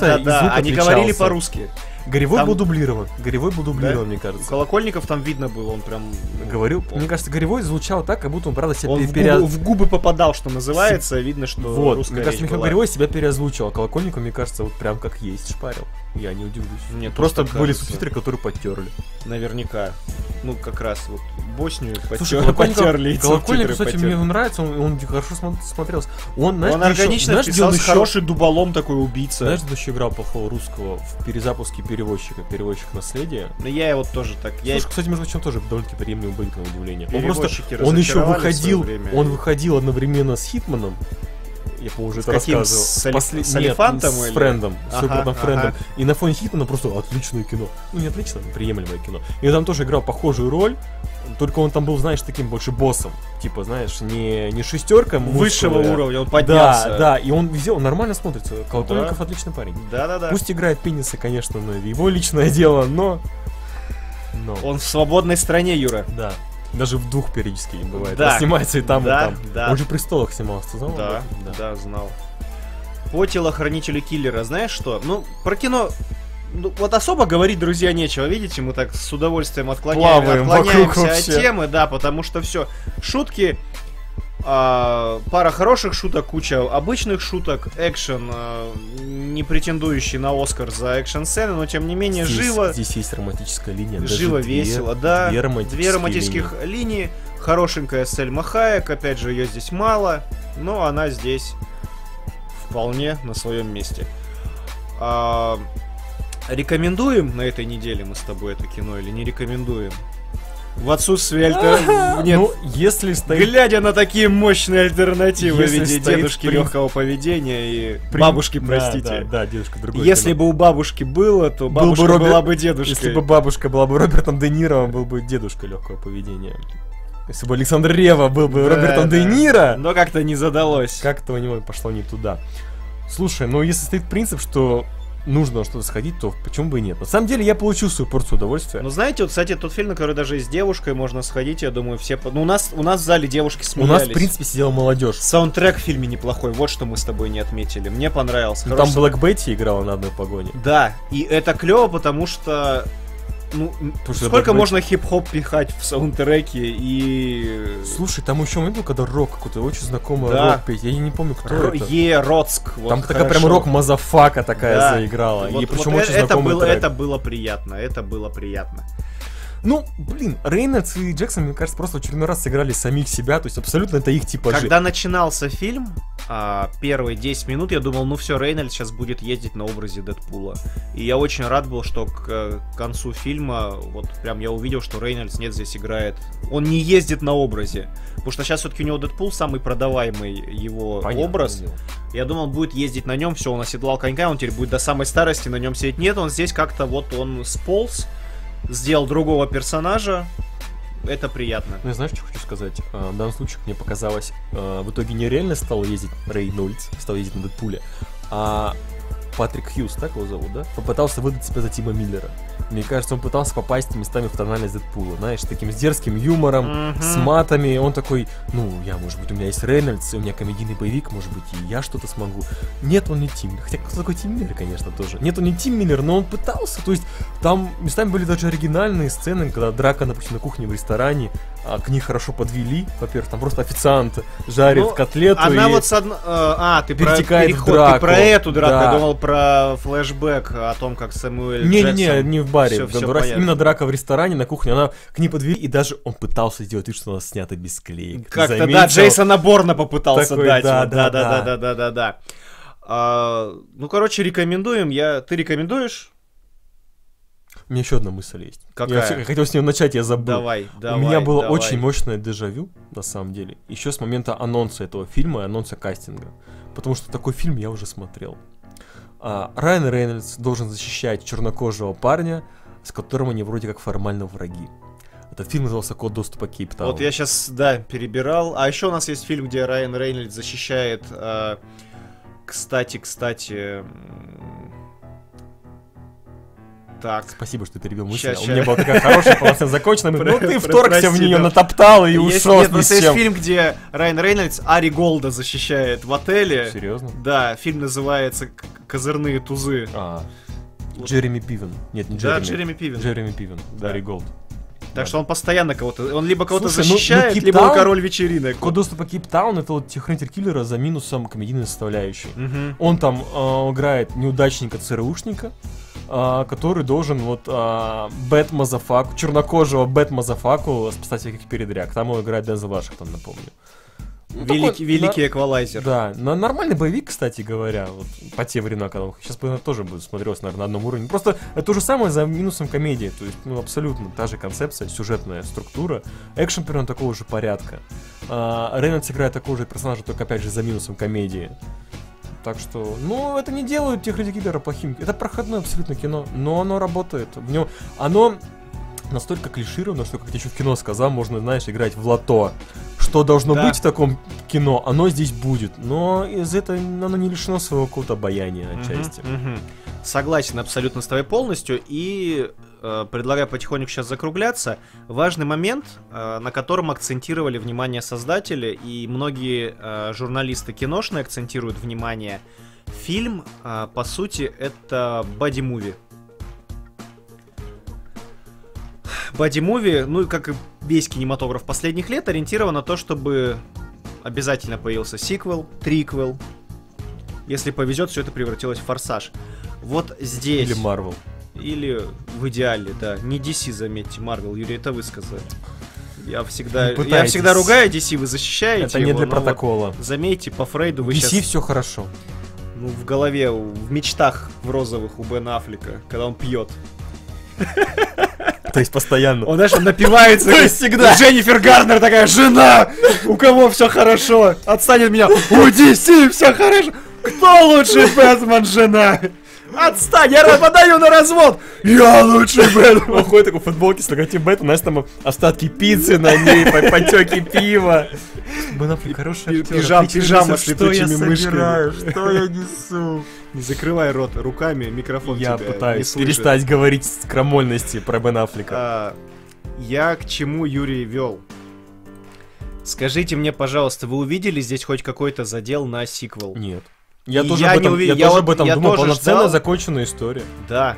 [SPEAKER 1] Да, да,
[SPEAKER 2] и
[SPEAKER 1] да.
[SPEAKER 2] звук
[SPEAKER 1] Они говорили
[SPEAKER 2] отличался.
[SPEAKER 1] по-русски.
[SPEAKER 2] Горевой
[SPEAKER 1] там-
[SPEAKER 2] был дублирован. Горевой был
[SPEAKER 1] Да?
[SPEAKER 2] дублирован, мне
[SPEAKER 1] У
[SPEAKER 2] кажется.
[SPEAKER 1] Колокольников там видно было, он прям... ну,
[SPEAKER 2] Говорю,
[SPEAKER 1] он-
[SPEAKER 2] мне кажется, Горевой звучал так, как будто он, правда, себя
[SPEAKER 1] Он
[SPEAKER 2] пере-
[SPEAKER 1] в
[SPEAKER 2] пере-
[SPEAKER 1] губы, в губы попадал, что называется, видно, что
[SPEAKER 2] Вот,
[SPEAKER 1] русская
[SPEAKER 2] мне кажется,
[SPEAKER 1] речь
[SPEAKER 2] Михаил
[SPEAKER 1] была.
[SPEAKER 2] Горевой себя переозвучил, а Колокольников, мне кажется, вот прям как есть шпарил. Я не удивлюсь.
[SPEAKER 1] Мне тоже
[SPEAKER 2] Просто
[SPEAKER 1] так
[SPEAKER 2] были
[SPEAKER 1] кажется.
[SPEAKER 2] субтитры, которые подтерли.
[SPEAKER 1] Наверняка. Ну, как раз вот Боснию
[SPEAKER 2] Слушай,
[SPEAKER 1] потер-
[SPEAKER 2] Колокольников-
[SPEAKER 1] потерли. и
[SPEAKER 2] Колокольников,
[SPEAKER 1] субтитры
[SPEAKER 2] кстати,
[SPEAKER 1] потерли.
[SPEAKER 2] мне нравится, он, он хорошо смо- смотрелся. Он, знаешь,
[SPEAKER 1] Он
[SPEAKER 2] где ещё-
[SPEAKER 1] органично
[SPEAKER 2] знаешь, где он
[SPEAKER 1] вписался,
[SPEAKER 2] ещё-
[SPEAKER 1] хороший дуболом такой убийца.
[SPEAKER 2] Знаешь, где еще играл плохого русского в перезапуске перевозчика, перевозчик наследия?
[SPEAKER 1] Ну, я его тоже так... Я...
[SPEAKER 2] Слушай, кстати, между прочим, тоже довольно-таки приемлемый был на удивление. Он просто,
[SPEAKER 1] Перевозчики
[SPEAKER 2] он еще
[SPEAKER 1] разочаровали в
[SPEAKER 2] выходил,
[SPEAKER 1] своё время.
[SPEAKER 2] он выходил одновременно с Хитманом. Я, по-моему, уже
[SPEAKER 1] С
[SPEAKER 2] это
[SPEAKER 1] каким?
[SPEAKER 2] рассказывал.
[SPEAKER 1] С Оли-
[SPEAKER 2] После-
[SPEAKER 1] с
[SPEAKER 2] нет,
[SPEAKER 1] Олифантом
[SPEAKER 2] с
[SPEAKER 1] или-
[SPEAKER 2] Френдом, с
[SPEAKER 1] Ага,
[SPEAKER 2] Рупертом
[SPEAKER 1] ага.
[SPEAKER 2] Френдом. И на фоне Хитмана просто отличное кино. Ну, не отлично, но приемлемое кино. И он там тоже играл похожую роль, только он там был, знаешь, таким больше боссом. Типа, знаешь, не, не шестерка
[SPEAKER 1] Высшего
[SPEAKER 2] мускулы.
[SPEAKER 1] уровня, он поднялся.
[SPEAKER 2] Да, да, и он везде, он нормально смотрится. Колокольников отличный парень.
[SPEAKER 1] Да-да-да.
[SPEAKER 2] Пусть играет пениса, конечно, но это его личное дело, но... Но...
[SPEAKER 1] Он в свободной стране, Юра.
[SPEAKER 2] Да. Даже в двух периодически не бывает.
[SPEAKER 1] Да.
[SPEAKER 2] Он снимается и там,
[SPEAKER 1] Да,
[SPEAKER 2] и там.
[SPEAKER 1] да.
[SPEAKER 2] Он же в престолах снимался, ты знал?
[SPEAKER 1] Да,
[SPEAKER 2] об этом?
[SPEAKER 1] да, знал. По телохранителю киллера, знаешь что? Ну, про кино ну, вот особо говорить, друзья, нечего. Видите, мы так с удовольствием отклоняем,
[SPEAKER 2] Плаваем вокруг
[SPEAKER 1] отклоняемся от
[SPEAKER 2] вообще.
[SPEAKER 1] темы, да, потому что все. Шутки, а, пара хороших шуток, куча обычных шуток, экшен, а, не претендующий на Оскар за экшн-сцены, но тем не менее
[SPEAKER 2] Здесь,
[SPEAKER 1] живо,
[SPEAKER 2] здесь есть романтическая линия. даже
[SPEAKER 1] живо,
[SPEAKER 2] две-
[SPEAKER 1] весело, да.
[SPEAKER 2] Две романтические,
[SPEAKER 1] Две романтических линии. Хорошенькая Сельма Хайек, опять же, ее здесь мало, но она здесь вполне на своем месте. А, рекомендуем на этой неделе мы с тобой это кино или не рекомендуем? в отсутствие альтер... Нет,
[SPEAKER 2] Ну, если стоит...
[SPEAKER 1] глядя на такие мощные альтернативы в
[SPEAKER 2] Если
[SPEAKER 1] виде
[SPEAKER 2] стоит
[SPEAKER 1] дедушки
[SPEAKER 2] принцип-
[SPEAKER 1] легкого поведения и бабушки,
[SPEAKER 2] Да, Да,
[SPEAKER 1] простите.
[SPEAKER 2] да, дедушка другой.
[SPEAKER 1] Если
[SPEAKER 2] фильм.
[SPEAKER 1] бы у бабушки было, то
[SPEAKER 2] Был бы
[SPEAKER 1] бабушка
[SPEAKER 2] Роберт-
[SPEAKER 1] была бы дедушкой.
[SPEAKER 2] Если бы бабушка была бы Робертом Де Ниро, он был бы дедушка легкого поведения. Если бы Александр Рева был бы
[SPEAKER 1] Да,
[SPEAKER 2] Робертом
[SPEAKER 1] да.
[SPEAKER 2] Де Ниро,
[SPEAKER 1] Но как-то не задалось.
[SPEAKER 2] как-то у него пошло не туда. Слушай, ну если стоит принцип, что нужно во что-то сходить, то почему бы и нет? На самом деле я получил свою порцию удовольствия.
[SPEAKER 1] Ну, знаете, вот, кстати, тот фильм, на который даже и с девушкой можно сходить, я думаю, все... по- Ну, у нас, у нас в зале девушки
[SPEAKER 2] у
[SPEAKER 1] смеялись.
[SPEAKER 2] нас, в принципе, сидела молодежь.
[SPEAKER 1] Саундтрек в фильме неплохой, вот что мы с тобой не отметили. Мне понравился.
[SPEAKER 2] Ну,
[SPEAKER 1] хороший
[SPEAKER 2] там Блэк Бетти играла на одной погоне.
[SPEAKER 1] Да, и это клево, потому что ну, м,
[SPEAKER 2] Потому что
[SPEAKER 1] сколько
[SPEAKER 2] Black Magic-
[SPEAKER 1] можно хип-хоп пихать в саундтреке и...
[SPEAKER 2] Слушай, там еще момент был, когда рок какой-то очень знакомый
[SPEAKER 1] Да.
[SPEAKER 2] рок петь. Я не помню, кто
[SPEAKER 1] Ро-
[SPEAKER 2] это.
[SPEAKER 1] Е. Роцк. вот
[SPEAKER 2] там такая прям
[SPEAKER 1] хорошо.
[SPEAKER 2] рок мазафака такая
[SPEAKER 1] Да.
[SPEAKER 2] заиграла.
[SPEAKER 1] Вот-
[SPEAKER 2] и
[SPEAKER 1] вот
[SPEAKER 2] причем
[SPEAKER 1] э-
[SPEAKER 2] очень
[SPEAKER 1] это,
[SPEAKER 2] знакомый
[SPEAKER 1] было,
[SPEAKER 2] трек.
[SPEAKER 1] это было приятно, это было приятно.
[SPEAKER 2] Ну, блин, Рейнольдс и Джексон, мне кажется, просто в очередной раз сыграли самих себя, то есть абсолютно это их типа
[SPEAKER 1] Когда начинался фильм, а, первые 10 минут, я думал, ну все, Рейнольдс сейчас будет ездить на образе Дэдпула. И я очень рад был, что к э, концу фильма, вот прям я увидел, что Рейнольдс нет, здесь играет. Он не ездит на образе. Потому что сейчас все-таки у него Дэдпул самый продаваемый его образ. Я думал, он будет ездить на нем, все, он оседлал конька, он теперь будет до самой старости на нем сидеть. Нет, он здесь как-то вот он сполз, сделал другого персонажа. Это приятно.
[SPEAKER 2] Ну, я знаешь, что хочу сказать? А, В данном случае, как мне показалось, а, в итоге нереально стал ездить Рейнольдс, стал ездить на Дэдпуле, а Патрик Хьюз, так его зовут, да? Попытался выдать себя за Тима Миллера. Мне кажется, он пытался попасть местами в тональность Дэдпула, знаешь, с таким с дерзким юмором,
[SPEAKER 1] Мгм.
[SPEAKER 2] с матами. Он такой, ну, я, может быть, у меня есть Рейнольдс, и у меня комедийный боевик, может быть, и я что-то смогу. Нет, он не Тим Миллер. Хотя кто такой Тим Миллер, конечно, тоже. Нет, он не Тим Миллер, но он пытался. То есть там местами были даже оригинальные сцены, когда драка, допустим, на кухне в ресторане, а к ней хорошо подвели. Во-первых, там просто официант жарит
[SPEAKER 1] Ну,
[SPEAKER 2] котлету
[SPEAKER 1] Она
[SPEAKER 2] и...
[SPEAKER 1] вот с одно- э, А, ты про...
[SPEAKER 2] перетекает в
[SPEAKER 1] переход,
[SPEAKER 2] драку.
[SPEAKER 1] ты про эту драку,
[SPEAKER 2] Да.
[SPEAKER 1] я думал про флешбэк о том, как Сэмюэль
[SPEAKER 2] Не-не-не,
[SPEAKER 1] Джексон-
[SPEAKER 2] не в баре,
[SPEAKER 1] Всё-
[SPEAKER 2] в
[SPEAKER 1] всё
[SPEAKER 2] Гондурасе.
[SPEAKER 1] понятно.
[SPEAKER 2] именно драка в ресторане, на кухне, она к ней подвели, и даже он пытался сделать вид, что она снята без клеек. Ты
[SPEAKER 1] Как-то, да,
[SPEAKER 2] заметил?
[SPEAKER 1] Джейсона Борна попытался
[SPEAKER 2] Такой,
[SPEAKER 1] дать.
[SPEAKER 2] да,
[SPEAKER 1] вот,
[SPEAKER 2] да, да.
[SPEAKER 1] Да-да-да-да-да-да. А, ну, короче, рекомендуем. Я... Ты рекомендуешь?
[SPEAKER 2] У меня еще одна мысль есть. Я
[SPEAKER 1] Какая?
[SPEAKER 2] всё- я хотел с нее начать, я забыл.
[SPEAKER 1] Давай, давай.
[SPEAKER 2] У меня было
[SPEAKER 1] давай.
[SPEAKER 2] очень мощное дежавю, на самом деле, еще с момента анонса этого фильма и анонса кастинга. Потому что такой фильм я уже смотрел. А, Райан Рейнольдс должен защищать чернокожего парня, с которым они вроде как формально враги. Этот фильм назывался «Код доступа к Кейптауну».
[SPEAKER 1] Вот я сейчас, да, перебирал. А еще у нас есть фильм, где Райан Рейнольдс защищает... э, кстати, кстати... м, Так,
[SPEAKER 2] Спасибо, что ты перебил мысль. А
[SPEAKER 1] Ща,
[SPEAKER 2] У
[SPEAKER 1] ща.
[SPEAKER 2] меня была такая хорошая полоса закончена. Ну
[SPEAKER 1] Про-
[SPEAKER 2] ты
[SPEAKER 1] про-
[SPEAKER 2] вторгся в
[SPEAKER 1] прости,
[SPEAKER 2] нее,
[SPEAKER 1] да.
[SPEAKER 2] натоптал и
[SPEAKER 1] Есть-
[SPEAKER 2] ушел
[SPEAKER 1] нет,
[SPEAKER 2] ни
[SPEAKER 1] просто
[SPEAKER 2] с
[SPEAKER 1] есть
[SPEAKER 2] чем.
[SPEAKER 1] фильм, где Райан Рейнольдс Ари Голда защищает в отеле.
[SPEAKER 2] Серьезно?
[SPEAKER 1] Да, фильм называется «К- «Козырные тузы».
[SPEAKER 2] А,
[SPEAKER 1] Вот.
[SPEAKER 2] Джереми Пивен. Нет, не
[SPEAKER 1] Да,
[SPEAKER 2] Джереми.
[SPEAKER 1] Джереми Пивен.
[SPEAKER 2] Джереми Пивен.
[SPEAKER 1] Да.
[SPEAKER 2] Дарри Голд.
[SPEAKER 1] Так что он постоянно кого-то... Он либо кого-то
[SPEAKER 2] Слушай, ну- ну
[SPEAKER 1] защищает,
[SPEAKER 2] Китай-
[SPEAKER 1] либо он король вечеринок.
[SPEAKER 2] Код доступа Кейптаун это вот Техрентер Киллера за минусом комедийной составляющей.
[SPEAKER 1] Мгм.
[SPEAKER 2] Он там э, играет неудачника ЦРУшника, э, который должен вот э, Бэт Мазафаку, чернокожего Бэт Мазафаку спасать всяких передряг. Там его играет Дензел Вашингтон, напомню. Ну, такой,
[SPEAKER 1] Великий, великий эквалайзер.
[SPEAKER 2] Да, но нормальный боевик, кстати говоря, вот по те времена, когда он сейчас бы наверное, тоже бы смотрелось, наверное, на одном уровне. Просто это то же самое за минусом комедии, то есть, ну, абсолютно та же концепция, сюжетная структура, экшен примерно такого же порядка. А, Рейнольдс играет такого же персонажа, только, опять же, за минусом комедии. Так что, ну, это не делают тех людей киллера плохим. Это проходное абсолютно кино, но оно работает. В нем оно настолько клишировано, что, как я еще в кино сказал, можно, знаешь, играть в лото. Что должно
[SPEAKER 1] Да.
[SPEAKER 2] быть в таком кино, оно здесь будет. Но из этого оно не лишено своего какого-то обаяния
[SPEAKER 1] Мгм,
[SPEAKER 2] отчасти.
[SPEAKER 1] мгм. Согласен абсолютно с тобой полностью. И э, предлагаю потихоньку сейчас закругляться. Важный момент, э, на котором акцентировали внимание создатели, и многие э, журналисты киношные акцентируют внимание. Фильм, э, по сути, это боди-муви. Боди-муви, ну и как и весь кинематограф последних лет, ориентирован на то, чтобы обязательно появился сиквел, триквел. Если повезет, все это превратилось в форсаж. Вот здесь...
[SPEAKER 2] Или Марвел.
[SPEAKER 1] Или в идеале, да. Не DC, заметьте, Марвел. Юрий, это вы сказали. Я всегда,
[SPEAKER 2] Не
[SPEAKER 1] я
[SPEAKER 2] пытайтесь.
[SPEAKER 1] всегда ругаю DC, вы защищаете
[SPEAKER 2] Это не
[SPEAKER 1] его,
[SPEAKER 2] для
[SPEAKER 1] но вот
[SPEAKER 2] протокола.
[SPEAKER 1] заметьте, по Фрейду вы
[SPEAKER 2] DC
[SPEAKER 1] сейчас
[SPEAKER 2] все хорошо.
[SPEAKER 1] ну, в голове, у- в мечтах в розовых у Бена Аффлека, когда он пьет.
[SPEAKER 2] То есть постоянно.
[SPEAKER 1] Он, знаешь, он напивается.
[SPEAKER 2] То
[SPEAKER 1] как-
[SPEAKER 2] есть всегда.
[SPEAKER 1] Дженнифер Гарнер такая, жена, у кого все хорошо, отстань от меня. У DC все хорошо. Кто лучший Бэтмен, жена? Отстань, я подаю на развод. Я лучший
[SPEAKER 2] Он
[SPEAKER 1] Бэтмен.
[SPEAKER 2] ходит такой в футболке с логотипом Бэтмена, знаешь, там остатки пиццы на ней, по- потеки пива. Бенафрик
[SPEAKER 1] Пи-
[SPEAKER 2] хороший актер.
[SPEAKER 1] пижам-
[SPEAKER 2] отличный
[SPEAKER 1] пижама
[SPEAKER 2] режиссер.
[SPEAKER 1] с
[SPEAKER 2] Что я
[SPEAKER 1] летучими мышками.
[SPEAKER 2] собираю? Что я несу?
[SPEAKER 1] Не закрывай рот руками, микрофон
[SPEAKER 2] Я
[SPEAKER 1] тебя не
[SPEAKER 2] пытаюсь
[SPEAKER 1] слышит.
[SPEAKER 2] перестать говорить с крамольности про Бен Аффлека.
[SPEAKER 1] А, я к чему Юрий вел? Скажите мне, пожалуйста, вы увидели здесь хоть какой-то задел на сиквел?
[SPEAKER 2] Нет. Я
[SPEAKER 1] И
[SPEAKER 2] тоже
[SPEAKER 1] я
[SPEAKER 2] об
[SPEAKER 1] не
[SPEAKER 2] этом,
[SPEAKER 1] уви-
[SPEAKER 2] я
[SPEAKER 1] я
[SPEAKER 2] тоже
[SPEAKER 1] вот-
[SPEAKER 2] об этом
[SPEAKER 1] я
[SPEAKER 2] думал.
[SPEAKER 1] тоже
[SPEAKER 2] Полноценная
[SPEAKER 1] ждал.
[SPEAKER 2] законченная история.
[SPEAKER 1] Да.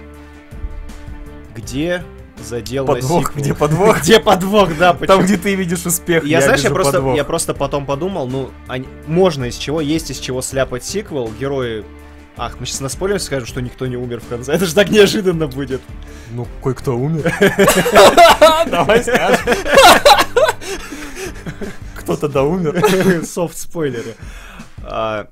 [SPEAKER 1] Где задел на
[SPEAKER 2] Подвох,
[SPEAKER 1] сиквел?
[SPEAKER 2] где подвох?
[SPEAKER 1] Где подвох, да,
[SPEAKER 2] Там,
[SPEAKER 1] почему?
[SPEAKER 2] где ты видишь успех,
[SPEAKER 1] Я, знаешь, я
[SPEAKER 2] вижу
[SPEAKER 1] просто,
[SPEAKER 2] подвох.
[SPEAKER 1] я просто потом подумал, ну, они- можно из чего, есть из чего сляпать сиквел, герои... Ах, мы сейчас наспорим, скажем, что никто не умер в конце. Это же так неожиданно будет.
[SPEAKER 2] Ну, кое-кто умер. Давай скажем. Кто-то да умер.
[SPEAKER 1] Софт спойлеры. А,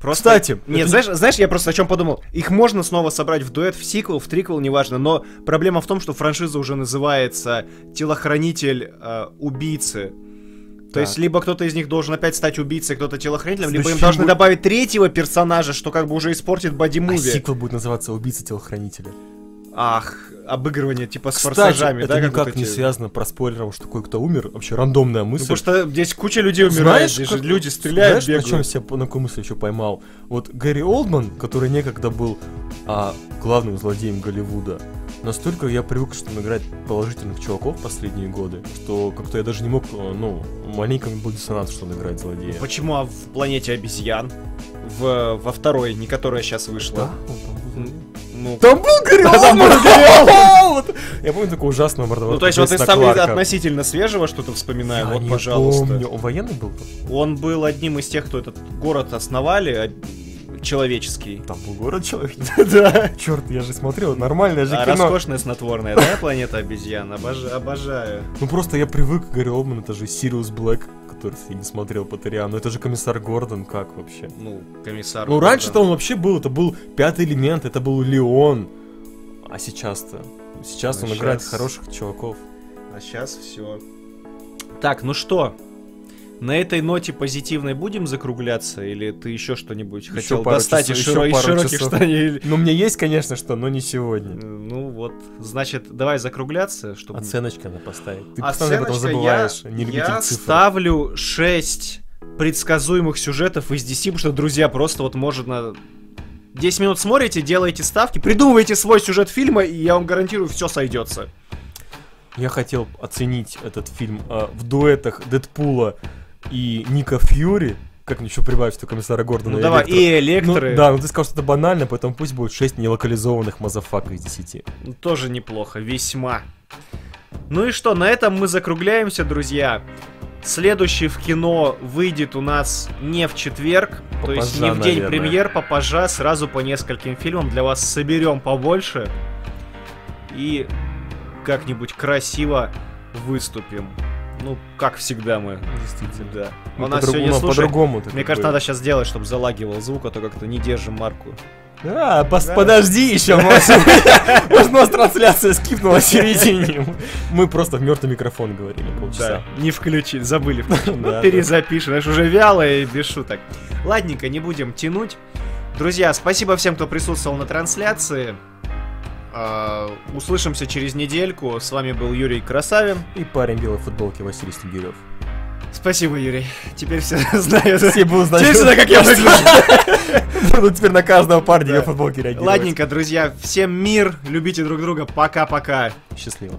[SPEAKER 1] Просто...
[SPEAKER 2] Кстати,
[SPEAKER 1] Нет,
[SPEAKER 2] это-
[SPEAKER 1] знаешь, знаешь, я просто о чем подумал. Их можно снова собрать в дуэт, в сиквел, в триквел, неважно, но проблема в том, что франшиза уже называется «Телохранитель э, убийцы». То
[SPEAKER 2] Так.
[SPEAKER 1] есть, либо кто-то из них должен опять стать убийцей, кто-то телохранителем, либо им
[SPEAKER 2] Следующий
[SPEAKER 1] должны
[SPEAKER 2] будет-
[SPEAKER 1] добавить третьего персонажа, что как бы уже испортит
[SPEAKER 2] а
[SPEAKER 1] боди-муви.
[SPEAKER 2] сиквел будет называться «Убийца телохранителя».
[SPEAKER 1] Ах, обыгрывание типа с
[SPEAKER 2] Кстати,
[SPEAKER 1] форсажами, да?
[SPEAKER 2] это
[SPEAKER 1] как
[SPEAKER 2] никак
[SPEAKER 1] вот
[SPEAKER 2] не
[SPEAKER 1] эти?
[SPEAKER 2] связано про спойлером, что кое-кто умер. Вообще рандомная
[SPEAKER 1] Ну,
[SPEAKER 2] мысль.
[SPEAKER 1] потому что здесь куча людей умирает, здесь же
[SPEAKER 2] как-
[SPEAKER 1] люди стреляют,
[SPEAKER 2] знаешь, на чем
[SPEAKER 1] бегают.
[SPEAKER 2] себя, по- на какую мысль еще поймал? Вот Гэри Олдман, который некогда был а, главным злодеем Голливуда, настолько я привык, что он играет положительных чуваков последние годы, что как-то я даже не мог, э, ну, маленько был диссонанс, что он играет злодея.
[SPEAKER 1] Почему а в планете обезьян? В, во второй, не которая сейчас вышла. Ну,
[SPEAKER 2] Там был Гэри
[SPEAKER 1] Да, там был
[SPEAKER 2] Олдман!
[SPEAKER 1] Гэри
[SPEAKER 2] Вот. Я помню такого ужасного мордового.
[SPEAKER 1] Ну, то есть, вот из там относительно свежего что-то вспоминаю, вот, пожалуйста.
[SPEAKER 2] Он военный был?
[SPEAKER 1] Он был одним из тех, кто этот город основали, а, человеческий.
[SPEAKER 2] Там был город человек.
[SPEAKER 1] Да.
[SPEAKER 2] Черт, я же смотрел, нормальное же
[SPEAKER 1] А
[SPEAKER 2] кино.
[SPEAKER 1] роскошная снотворная, да, планета обезьян? Обожа- Обожаю.
[SPEAKER 2] Ну просто я привык, Гарри Олдман, это же Сириус Блэк, который я не смотрел по но это же комиссар Гордон, как вообще?
[SPEAKER 1] Ну, комиссар.
[SPEAKER 2] Ну
[SPEAKER 1] Гордон.
[SPEAKER 2] раньше-то он вообще был, это был пятый элемент, это был Леон. А сейчас-то? Сейчас
[SPEAKER 1] Ну,
[SPEAKER 2] он играет
[SPEAKER 1] щас-
[SPEAKER 2] хороших чуваков.
[SPEAKER 1] А сейчас все. Так, ну что? На этой ноте позитивной будем закругляться? Или ты еще что-нибудь
[SPEAKER 2] Ещё
[SPEAKER 1] хотел
[SPEAKER 2] пару
[SPEAKER 1] достать
[SPEAKER 2] часов-
[SPEAKER 1] из,
[SPEAKER 2] ещё
[SPEAKER 1] широ- из
[SPEAKER 2] пару
[SPEAKER 1] широких
[SPEAKER 2] часов.
[SPEAKER 1] штаней? Или-
[SPEAKER 2] Ну мне есть, конечно, что, но не сегодня.
[SPEAKER 1] Ну вот, значит, давай закругляться, чтобы...
[SPEAKER 2] Оценочка надо поставить. Ты постоянно об
[SPEAKER 1] А Оценочка,
[SPEAKER 2] этом забываешь,
[SPEAKER 1] я,
[SPEAKER 2] не любитель
[SPEAKER 1] я
[SPEAKER 2] цифр.
[SPEAKER 1] ставлю 6 предсказуемых сюжетов из DC, потому что, друзья, просто вот может на 10 минут смотрите, делаете ставки, придумываете свой сюжет фильма, и я вам гарантирую, все сойдется.
[SPEAKER 2] Я хотел оценить этот фильм а, в дуэтах Дэдпула и Ника Фьюри. Как мне еще прибавить, что комиссара Гордона
[SPEAKER 1] Ну
[SPEAKER 2] и
[SPEAKER 1] давай,
[SPEAKER 2] Электро?
[SPEAKER 1] и
[SPEAKER 2] Ну,
[SPEAKER 1] Электры,
[SPEAKER 2] да, но ты сказал, что это банально, поэтому пусть будет 6 нелокализованных мазафака из 10.
[SPEAKER 1] ну, тоже неплохо, весьма. Ну и что, на этом мы закругляемся, друзья. Следующий в кино выйдет у нас не в четверг, то есть
[SPEAKER 2] Попозже,
[SPEAKER 1] не в день
[SPEAKER 2] наверное.
[SPEAKER 1] премьер, попозже, сразу по нескольким фильмам. Для вас соберем побольше и как-нибудь красиво выступим. Ну, как всегда мы.
[SPEAKER 2] Действительно.
[SPEAKER 1] Ну, Да.
[SPEAKER 2] Мы
[SPEAKER 1] у нас
[SPEAKER 2] Ну, по-другому-
[SPEAKER 1] сегодня,
[SPEAKER 2] нам
[SPEAKER 1] слушай,
[SPEAKER 2] по-другому. ты
[SPEAKER 1] мне
[SPEAKER 2] как
[SPEAKER 1] кажется,
[SPEAKER 2] бы-
[SPEAKER 1] надо сейчас сделать, чтобы залагивал звук, а то как-то не держим марку.
[SPEAKER 2] А, пос-
[SPEAKER 1] Да.
[SPEAKER 2] подожди еще, может, может, у нас трансляция скипнула в середине. Мы просто в мертвый микрофон говорили полчаса.
[SPEAKER 1] Да, не включили, забыли. включить.
[SPEAKER 2] Да, да.
[SPEAKER 1] Ну, перезапишем, знаешь, уже вяло и без шуток. Ладненько, не будем тянуть. Друзья, спасибо всем, кто присутствовал на трансляции. А, Услышимся через недельку. С вами был Юрий Красавин.
[SPEAKER 2] И парень в белой футболке Василий Снегирев.
[SPEAKER 1] Спасибо, Юрий. Теперь все знают.
[SPEAKER 2] Все будут знать,
[SPEAKER 1] Теперь всегда, как я выгляжу.
[SPEAKER 2] будут теперь на каждого парня в
[SPEAKER 1] Да.
[SPEAKER 2] белой футболке реагировать.
[SPEAKER 1] Ладненько, друзья, всем мир, любите друг друга, пока-пока.
[SPEAKER 2] Счастливо.